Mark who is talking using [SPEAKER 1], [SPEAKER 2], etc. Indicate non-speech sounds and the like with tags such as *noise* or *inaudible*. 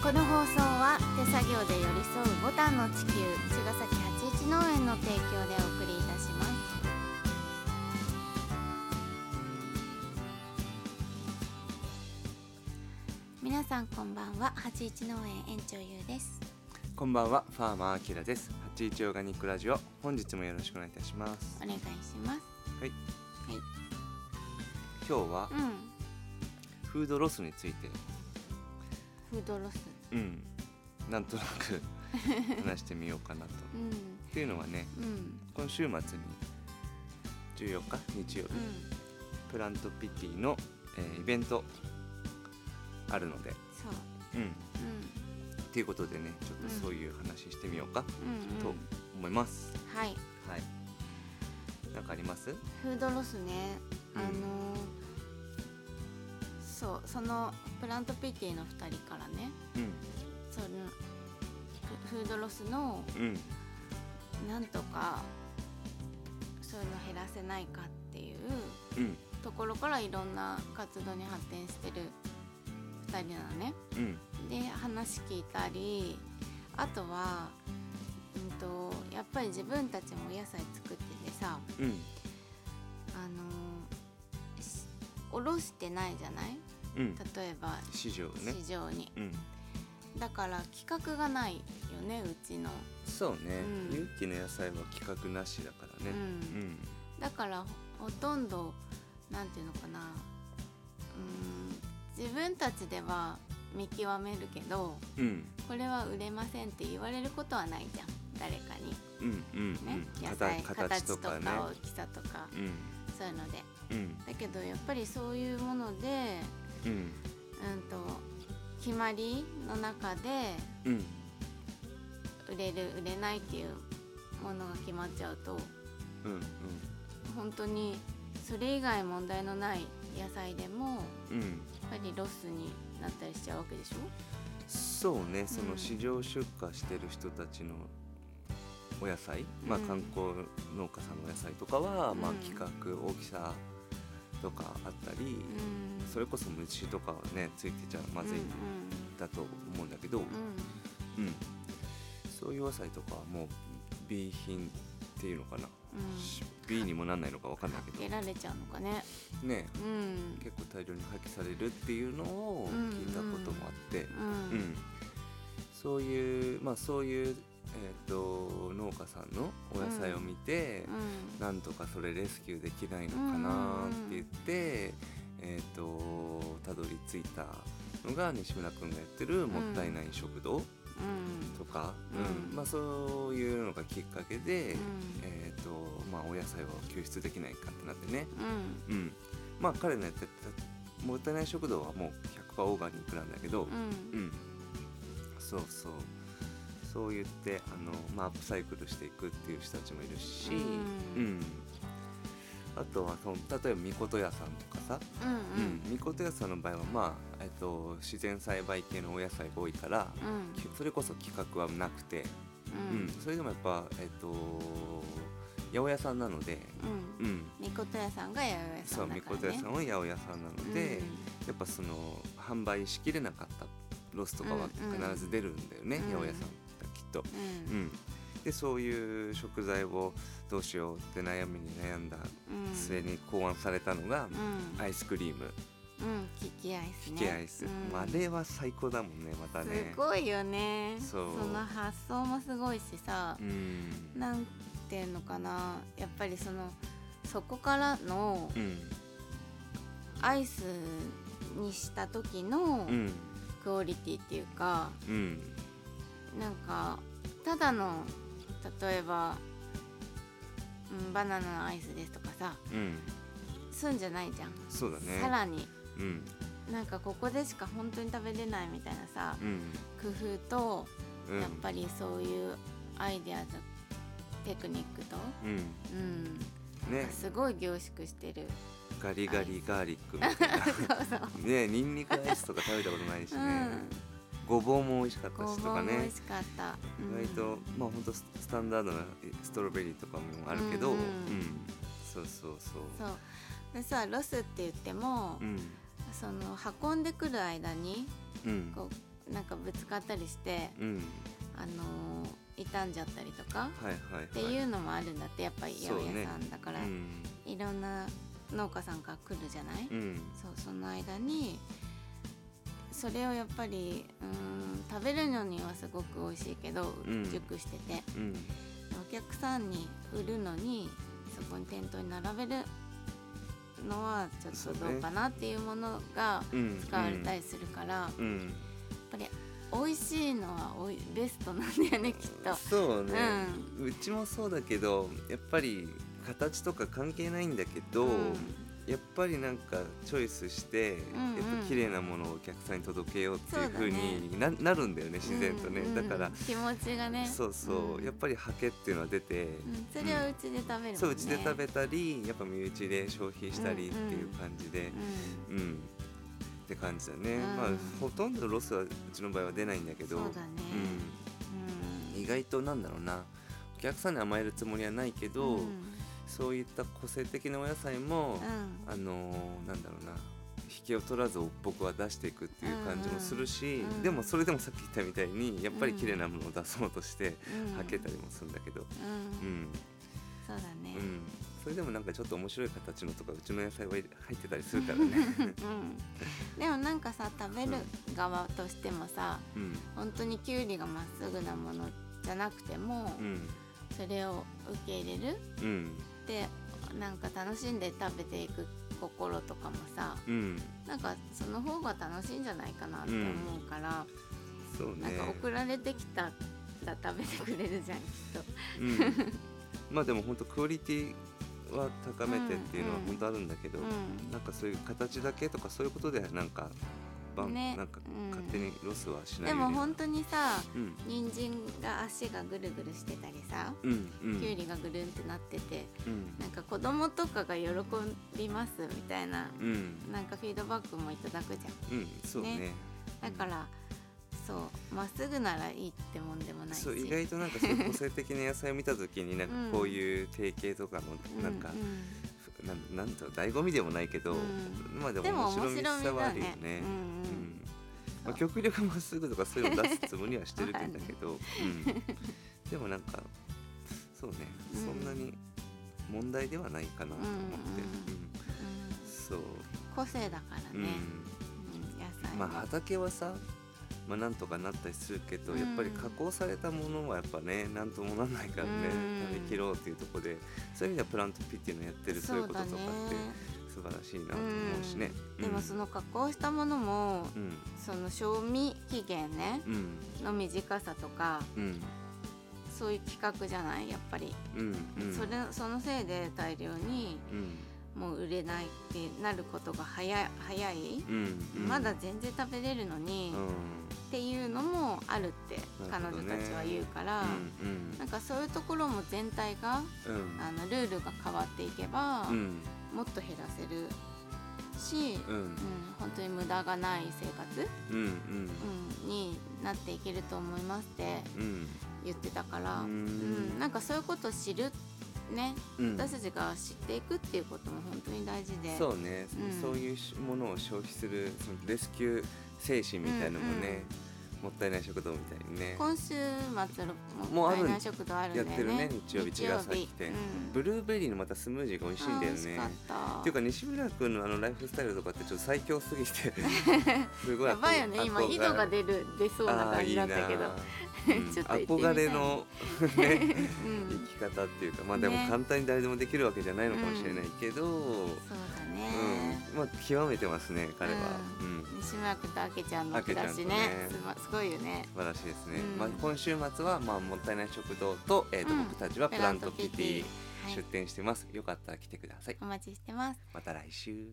[SPEAKER 1] 放送は手作業で寄り添うボタンの地球茅ヶ崎八一農園の提供でお送りいたします皆さんこんばんは八一農園園長ゆうです
[SPEAKER 2] こんばんは、ファーマーアキラです。八一オーガニックラジオ、本日もよろしくお願いいたします
[SPEAKER 1] お。願いします
[SPEAKER 2] はい、
[SPEAKER 1] はい
[SPEAKER 2] 今日は
[SPEAKER 1] うん
[SPEAKER 2] フードロスについて、
[SPEAKER 1] フードロス
[SPEAKER 2] うん、なんとな
[SPEAKER 1] *laughs*
[SPEAKER 2] く話してみようかなと。っ
[SPEAKER 1] うん
[SPEAKER 2] ていうのはね、
[SPEAKER 1] うん
[SPEAKER 2] 今週末に14日日曜日、
[SPEAKER 1] うん
[SPEAKER 2] プラントピティの、えーイベントあるので、
[SPEAKER 1] そう
[SPEAKER 2] うん、
[SPEAKER 1] う
[SPEAKER 2] っていうことでね、ちょっとそういう話してみようか
[SPEAKER 1] んうん
[SPEAKER 2] と
[SPEAKER 1] うん
[SPEAKER 2] 思います。
[SPEAKER 1] はい
[SPEAKER 2] はい。なんかあります？
[SPEAKER 1] フードロスね、
[SPEAKER 2] うん
[SPEAKER 1] あのーそうそのプラントピティの2人からね
[SPEAKER 2] うん、
[SPEAKER 1] そのフフードロスの
[SPEAKER 2] うん、
[SPEAKER 1] なんとかそういうの減らせないかっていう
[SPEAKER 2] うん、
[SPEAKER 1] ところからいろんな活動に発展してる2人なのね。
[SPEAKER 2] うん、
[SPEAKER 1] で話聞いたりあとは、うん、とやっぱり自分たちもお野菜作っててさ、
[SPEAKER 2] うん。
[SPEAKER 1] あのーしおろしてないじゃない
[SPEAKER 2] うん、
[SPEAKER 1] 例えば
[SPEAKER 2] 市場ね。
[SPEAKER 1] 市場に
[SPEAKER 2] うん、
[SPEAKER 1] だから規格がないよねうちの、
[SPEAKER 2] そうね
[SPEAKER 1] うん。
[SPEAKER 2] 有機の野菜は規格なしだから
[SPEAKER 1] う
[SPEAKER 2] ね。
[SPEAKER 1] ん、
[SPEAKER 2] ん、
[SPEAKER 1] だからほほとんどなんていうのかなうーん自分たちでは見極めるけど
[SPEAKER 2] うん、
[SPEAKER 1] これは売れませんって言われることはないじゃん誰かに
[SPEAKER 2] うん、うん、
[SPEAKER 1] ね、
[SPEAKER 2] うん。
[SPEAKER 1] 野
[SPEAKER 2] か
[SPEAKER 1] 菜
[SPEAKER 2] た
[SPEAKER 1] 形とか
[SPEAKER 2] ね。
[SPEAKER 1] 大きさとか
[SPEAKER 2] うん、
[SPEAKER 1] そういうので
[SPEAKER 2] うん、
[SPEAKER 1] だけどやっぱりそういうもので
[SPEAKER 2] うん、
[SPEAKER 1] うんと決まりの中で
[SPEAKER 2] うん、
[SPEAKER 1] 売れる売れないっていうものが決まっちゃうと
[SPEAKER 2] うん、
[SPEAKER 1] 本当にそれ以外問題のない野菜でも
[SPEAKER 2] うん、うん。
[SPEAKER 1] やっぱりロスになったりしちゃうわけでしょ
[SPEAKER 2] そうね、そ
[SPEAKER 1] うん
[SPEAKER 2] の市場出荷してる人たちの。お野菜、まあ
[SPEAKER 1] うん
[SPEAKER 2] 観光農家さんのお野菜とかは、まあ
[SPEAKER 1] うん
[SPEAKER 2] 規格大きさとかあったり
[SPEAKER 1] う、ん
[SPEAKER 2] それこそ虫とかはねついてちゃまずいんだと思うんだけど、
[SPEAKER 1] うんうん
[SPEAKER 2] うん、そういう野菜とかはもう B 品っていうのか
[SPEAKER 1] うん
[SPEAKER 2] な、
[SPEAKER 1] うん
[SPEAKER 2] B にもなんないのかわかんないけ
[SPEAKER 1] 得
[SPEAKER 2] ど
[SPEAKER 1] られちゃうのかね
[SPEAKER 2] ね
[SPEAKER 1] うん
[SPEAKER 2] 結構大量に破棄されるっていうのを聞いたこともあって、
[SPEAKER 1] う
[SPEAKER 2] うん
[SPEAKER 1] ん
[SPEAKER 2] そういうまあそういう、えー、と農家さんのお野菜を見て、
[SPEAKER 1] うん
[SPEAKER 2] なんとかそれレスキューできないのかなって言って、えー、とたどり着いたのが西村君がやってる「もったいない食堂」
[SPEAKER 1] うん
[SPEAKER 2] とか、
[SPEAKER 1] うん
[SPEAKER 2] うんまあ、そういうのがきっかけで、
[SPEAKER 1] うん
[SPEAKER 2] えーとまあ、お野菜を救出できないかってなってね、
[SPEAKER 1] うん
[SPEAKER 2] うんまあ、彼のやってたもったいない食堂はもう100%オーガニックなんだけど、
[SPEAKER 1] う
[SPEAKER 2] うんんそうそうそう言ってあの、まあ、アップサイクルしていくっていう人たちもいるし、
[SPEAKER 1] うん
[SPEAKER 2] うんあとはその例えばみこと屋さんとかさ、
[SPEAKER 1] うん
[SPEAKER 2] うんみこと屋さんの場合は、まあえっと自然栽培系のお野菜が多いから、
[SPEAKER 1] うん
[SPEAKER 2] きそれこそ企画はなくて、
[SPEAKER 1] うん
[SPEAKER 2] うんそれでもやっぱ、えっと八百屋さんなので、
[SPEAKER 1] うん
[SPEAKER 2] うん、
[SPEAKER 1] みこと屋さんが八百屋
[SPEAKER 2] そ
[SPEAKER 1] さ
[SPEAKER 2] うん
[SPEAKER 1] だ
[SPEAKER 2] み
[SPEAKER 1] から
[SPEAKER 2] こ
[SPEAKER 1] ね
[SPEAKER 2] と屋さんは八百屋さんなので、やっぱその販売しきれなかったロスとかは
[SPEAKER 1] うんうん
[SPEAKER 2] 必ず出るんだよね、
[SPEAKER 1] うん
[SPEAKER 2] 八百屋さんだきっと。
[SPEAKER 1] うんうん
[SPEAKER 2] うん、でそういう食材をどうしようって悩みに悩んだ
[SPEAKER 1] うん
[SPEAKER 2] 末に考案されたのが、
[SPEAKER 1] うん、
[SPEAKER 2] アイスクリーム
[SPEAKER 1] うん、キキアイス
[SPEAKER 2] 引
[SPEAKER 1] ね。
[SPEAKER 2] きアイス、
[SPEAKER 1] うん
[SPEAKER 2] まああれは最高だもんねまたね
[SPEAKER 1] す。ごいよね。
[SPEAKER 2] そう
[SPEAKER 1] の発想もすごいしさ
[SPEAKER 2] う、ん
[SPEAKER 1] なんていうのかな、やっぱりそのそこからの
[SPEAKER 2] うん
[SPEAKER 1] アイスにした時の
[SPEAKER 2] うん
[SPEAKER 1] クオリティっていうか、
[SPEAKER 2] うん
[SPEAKER 1] なんかただの例えば、うん、バナナのアイスですとかさ、
[SPEAKER 2] うん
[SPEAKER 1] すんじゃないじゃん。
[SPEAKER 2] そうだね
[SPEAKER 1] さらに
[SPEAKER 2] うん
[SPEAKER 1] なんかここでしか本当に食べれないみたいなさ、
[SPEAKER 2] うん
[SPEAKER 1] 工夫と
[SPEAKER 2] うん
[SPEAKER 1] やっぱりそういうアイデアとテクニックと、
[SPEAKER 2] うん
[SPEAKER 1] うん、
[SPEAKER 2] ね
[SPEAKER 1] すごい凝縮してる。
[SPEAKER 2] ガリガリガーリックみたい
[SPEAKER 1] *laughs*
[SPEAKER 2] なねニンニクアイスとか食べたことないし
[SPEAKER 1] う
[SPEAKER 2] ね、
[SPEAKER 1] ん、
[SPEAKER 2] ごぼうも美味しかっ
[SPEAKER 1] ご
[SPEAKER 2] た
[SPEAKER 1] ぼ
[SPEAKER 2] し
[SPEAKER 1] う
[SPEAKER 2] とか
[SPEAKER 1] も美
[SPEAKER 2] ね
[SPEAKER 1] 味しかった。
[SPEAKER 2] 意外と、まあほんとススタンダードなストロベリーとかもあるけど、
[SPEAKER 1] う
[SPEAKER 2] うんんそうそうそう
[SPEAKER 1] うん、そうでさロスって言っても、
[SPEAKER 2] うん
[SPEAKER 1] その運んでくる間に
[SPEAKER 2] うん
[SPEAKER 1] こうなんかぶつかったりして、
[SPEAKER 2] うん
[SPEAKER 1] あのー傷んじゃったりとか
[SPEAKER 2] はいはいはい
[SPEAKER 1] っていうのもあるんだってやっぱり八
[SPEAKER 2] そう
[SPEAKER 1] 百
[SPEAKER 2] ね
[SPEAKER 1] 屋さんだから、
[SPEAKER 2] うん
[SPEAKER 1] いろんな農家さんが来るじゃない、
[SPEAKER 2] うん
[SPEAKER 1] そうその間にそれをやっぱりうーん食べるのにはすごく美味しいけど、
[SPEAKER 2] うん
[SPEAKER 1] 熟してて
[SPEAKER 2] うん
[SPEAKER 1] お客さんに売るのにそこに店頭に並べるのはちょっとどうかなっていうものが
[SPEAKER 2] うん
[SPEAKER 1] 使われたりするから、
[SPEAKER 2] うんうん
[SPEAKER 1] やっぱり美味しいのはおいベストなんだ
[SPEAKER 2] *laughs*
[SPEAKER 1] よねきっと。
[SPEAKER 2] そうね、うちもそうだけどやっぱり形とか関係ないんだけど、
[SPEAKER 1] うん
[SPEAKER 2] やっぱりなんかチョイスし
[SPEAKER 1] ん
[SPEAKER 2] て、
[SPEAKER 1] うん
[SPEAKER 2] やっぱ綺麗なものをお客さんに届けようっていう風
[SPEAKER 1] そう
[SPEAKER 2] にな,、なるんだよね自然とね、
[SPEAKER 1] うんうん
[SPEAKER 2] だから、
[SPEAKER 1] 気持ちがね
[SPEAKER 2] そうそう、
[SPEAKER 1] ん
[SPEAKER 2] やっぱりハケっていうのは出て、
[SPEAKER 1] うんそれはうちで食べるもんね
[SPEAKER 2] そううちで食べたりやっぱ身内で消費したりっていう感じで
[SPEAKER 1] うん
[SPEAKER 2] うん、って感じだね、
[SPEAKER 1] うん
[SPEAKER 2] まあほとんどロスはうちの場合は出ないんだけど
[SPEAKER 1] そうだね
[SPEAKER 2] うん、意外となんだろうなお客さんに甘えるつもりはないけど、
[SPEAKER 1] うん
[SPEAKER 2] そういった個性的なお野菜も
[SPEAKER 1] う、ん
[SPEAKER 2] あのーなんだろうな引けを取らず僕は出していくっていう感じもするし、
[SPEAKER 1] うんうん
[SPEAKER 2] でもそれでもさっき言ったみたいにやっぱり綺麗なものを出そうとして
[SPEAKER 1] うん
[SPEAKER 2] はけたりもするんだけど、
[SPEAKER 1] うん
[SPEAKER 2] うん
[SPEAKER 1] そうだ
[SPEAKER 2] う
[SPEAKER 1] ね
[SPEAKER 2] んそれでもなんかちょっと面白い形のとかうちの野菜は入ってたりする
[SPEAKER 1] *laughs*
[SPEAKER 2] からね。
[SPEAKER 1] うんでもなんかさ食べる側としてもさ
[SPEAKER 2] うん
[SPEAKER 1] 本当にきゅうりがまっすぐなものじゃなくても
[SPEAKER 2] うん
[SPEAKER 1] それを受け入れる
[SPEAKER 2] うん
[SPEAKER 1] ってなんか楽しんで食べていく心とかもさ
[SPEAKER 2] うん
[SPEAKER 1] なんかその方が楽しいんじゃないかなって思うから、
[SPEAKER 2] そう
[SPEAKER 1] なん
[SPEAKER 2] ね
[SPEAKER 1] か送られてきたら食べてくれるじゃんきっと。
[SPEAKER 2] うん、まあでも本当クオリティは高めてっていうのは
[SPEAKER 1] うん
[SPEAKER 2] 本当あるんだけど、
[SPEAKER 1] うん
[SPEAKER 2] なんかそういう形だけとかそういうことではなんか、ばん
[SPEAKER 1] ね
[SPEAKER 2] なんか
[SPEAKER 1] うん
[SPEAKER 2] 勝手にロスはしない
[SPEAKER 1] で
[SPEAKER 2] よね
[SPEAKER 1] も本当にさ
[SPEAKER 2] うん
[SPEAKER 1] 人参が足がぐるぐるしてたりさ
[SPEAKER 2] うんうん
[SPEAKER 1] きゅうりがぐるんってなってて
[SPEAKER 2] うん
[SPEAKER 1] なんか子供とかが喜びますみたいな
[SPEAKER 2] うん
[SPEAKER 1] なんかフィードバックもいただくじゃん
[SPEAKER 2] うんそうね
[SPEAKER 1] ねだからそうまっすぐならいいってもんでもないし
[SPEAKER 2] そう意外となんかそういう個性的な野菜を見た時になんか
[SPEAKER 1] うん
[SPEAKER 2] こういう定型とかのなんか、
[SPEAKER 1] うう
[SPEAKER 2] ふなんなんと醍醐味でもないけど、
[SPEAKER 1] うん
[SPEAKER 2] まあで
[SPEAKER 1] んで
[SPEAKER 2] も
[SPEAKER 1] も
[SPEAKER 2] 面白
[SPEAKER 1] 面
[SPEAKER 2] み
[SPEAKER 1] 白み
[SPEAKER 2] さはあ
[SPEAKER 1] だ
[SPEAKER 2] るよ
[SPEAKER 1] ね
[SPEAKER 2] ね。
[SPEAKER 1] うん
[SPEAKER 2] う
[SPEAKER 1] うん
[SPEAKER 2] んまあ、極力まっすぐとかそういうの出すつもりはしてるんだけど、うん、でもなんかそうね、
[SPEAKER 1] うん
[SPEAKER 2] そんなに問題ではないかなと思っ
[SPEAKER 1] う
[SPEAKER 2] て、
[SPEAKER 1] ん
[SPEAKER 2] う
[SPEAKER 1] う
[SPEAKER 2] ん
[SPEAKER 1] ん
[SPEAKER 2] そう、
[SPEAKER 1] 個性だからね、
[SPEAKER 2] うん
[SPEAKER 1] うん野菜
[SPEAKER 2] まあ
[SPEAKER 1] も
[SPEAKER 2] 畑はさ、まあ、なんとかなったりするけど、
[SPEAKER 1] うん
[SPEAKER 2] やっぱり加工されたものはやっぱねなんともなんないからね、
[SPEAKER 1] うん
[SPEAKER 2] 食べきろうっていうところでそういう意味ではプラントピッティのやってるそういうこととかって
[SPEAKER 1] そうだね
[SPEAKER 2] 素晴らしいなと思うしね。
[SPEAKER 1] でもその加工したものも
[SPEAKER 2] うん
[SPEAKER 1] その賞味期限ね
[SPEAKER 2] うん
[SPEAKER 1] の短さとか
[SPEAKER 2] うん
[SPEAKER 1] そういう企画じゃないやっぱり、
[SPEAKER 2] うんうん
[SPEAKER 1] それそのせいで大量に
[SPEAKER 2] うん
[SPEAKER 1] もう売れないってなることが早い早い、
[SPEAKER 2] うんうん
[SPEAKER 1] まだ全然食べれるのに、
[SPEAKER 2] うん
[SPEAKER 1] っていうのもあるって
[SPEAKER 2] な
[SPEAKER 1] 彼
[SPEAKER 2] る
[SPEAKER 1] 女
[SPEAKER 2] ほどね
[SPEAKER 1] たちは言うから、
[SPEAKER 2] うん
[SPEAKER 1] なんかそういうところも全体が
[SPEAKER 2] うん
[SPEAKER 1] あのルールが変わっていけば、
[SPEAKER 2] うん
[SPEAKER 1] もっと減らせるし、
[SPEAKER 2] うんう
[SPEAKER 1] うん
[SPEAKER 2] ん
[SPEAKER 1] 本当に無駄がない生活、
[SPEAKER 2] うん
[SPEAKER 1] うん、になっていけると思いますって
[SPEAKER 2] うん
[SPEAKER 1] 言ってたから、
[SPEAKER 2] う
[SPEAKER 1] うんんなんかそういうことを知るね
[SPEAKER 2] うん
[SPEAKER 1] 私たちが知っていくっていうことも本当に大事で
[SPEAKER 2] そうね、
[SPEAKER 1] うん
[SPEAKER 2] そういうしものを消費するそのレスキュー精神みたいのもね、もったいない食堂みたいにね
[SPEAKER 1] 今週末
[SPEAKER 2] もう
[SPEAKER 1] も
[SPEAKER 2] あ
[SPEAKER 1] っ
[SPEAKER 2] る
[SPEAKER 1] たいない食堂あるんだよね
[SPEAKER 2] やってるね日曜日
[SPEAKER 1] 日曜
[SPEAKER 2] 茅ヶ崎
[SPEAKER 1] 日
[SPEAKER 2] で
[SPEAKER 1] うん
[SPEAKER 2] ブルーベリーのまたスムージーが美味しいんだ
[SPEAKER 1] あー美
[SPEAKER 2] よね
[SPEAKER 1] 味しかった
[SPEAKER 2] っていうか西村君のあのライフスタイルとかってちょっと最強すぎてすご
[SPEAKER 1] *laughs*
[SPEAKER 2] い
[SPEAKER 1] やばいよね今
[SPEAKER 2] 憧れ
[SPEAKER 1] 井戸が出る出そうな感じだったけど
[SPEAKER 2] あーいい
[SPEAKER 1] *laughs*
[SPEAKER 2] な
[SPEAKER 1] ちょっと行ってみたい
[SPEAKER 2] 憧れのね
[SPEAKER 1] うん
[SPEAKER 2] 生き方っていうかまあでも
[SPEAKER 1] ね
[SPEAKER 2] 簡単に誰でもできるわけじゃないのかもしれないけど、うん
[SPEAKER 1] そうだね、
[SPEAKER 2] まあ極めてますね彼は、うん
[SPEAKER 1] 西村君とあけちゃんの暮らしね
[SPEAKER 2] あけち
[SPEAKER 1] す
[SPEAKER 2] ゃんと
[SPEAKER 1] ま、すごいよね
[SPEAKER 2] 素晴らしいですね、
[SPEAKER 1] うん
[SPEAKER 2] まあ、今週末は、まあ、もったいない食堂と,、えーと
[SPEAKER 1] うん
[SPEAKER 2] 僕たちはプラントピティ
[SPEAKER 1] は
[SPEAKER 2] 出
[SPEAKER 1] い、
[SPEAKER 2] 店してます、よかったら来てください
[SPEAKER 1] お待ちしてます
[SPEAKER 2] また来週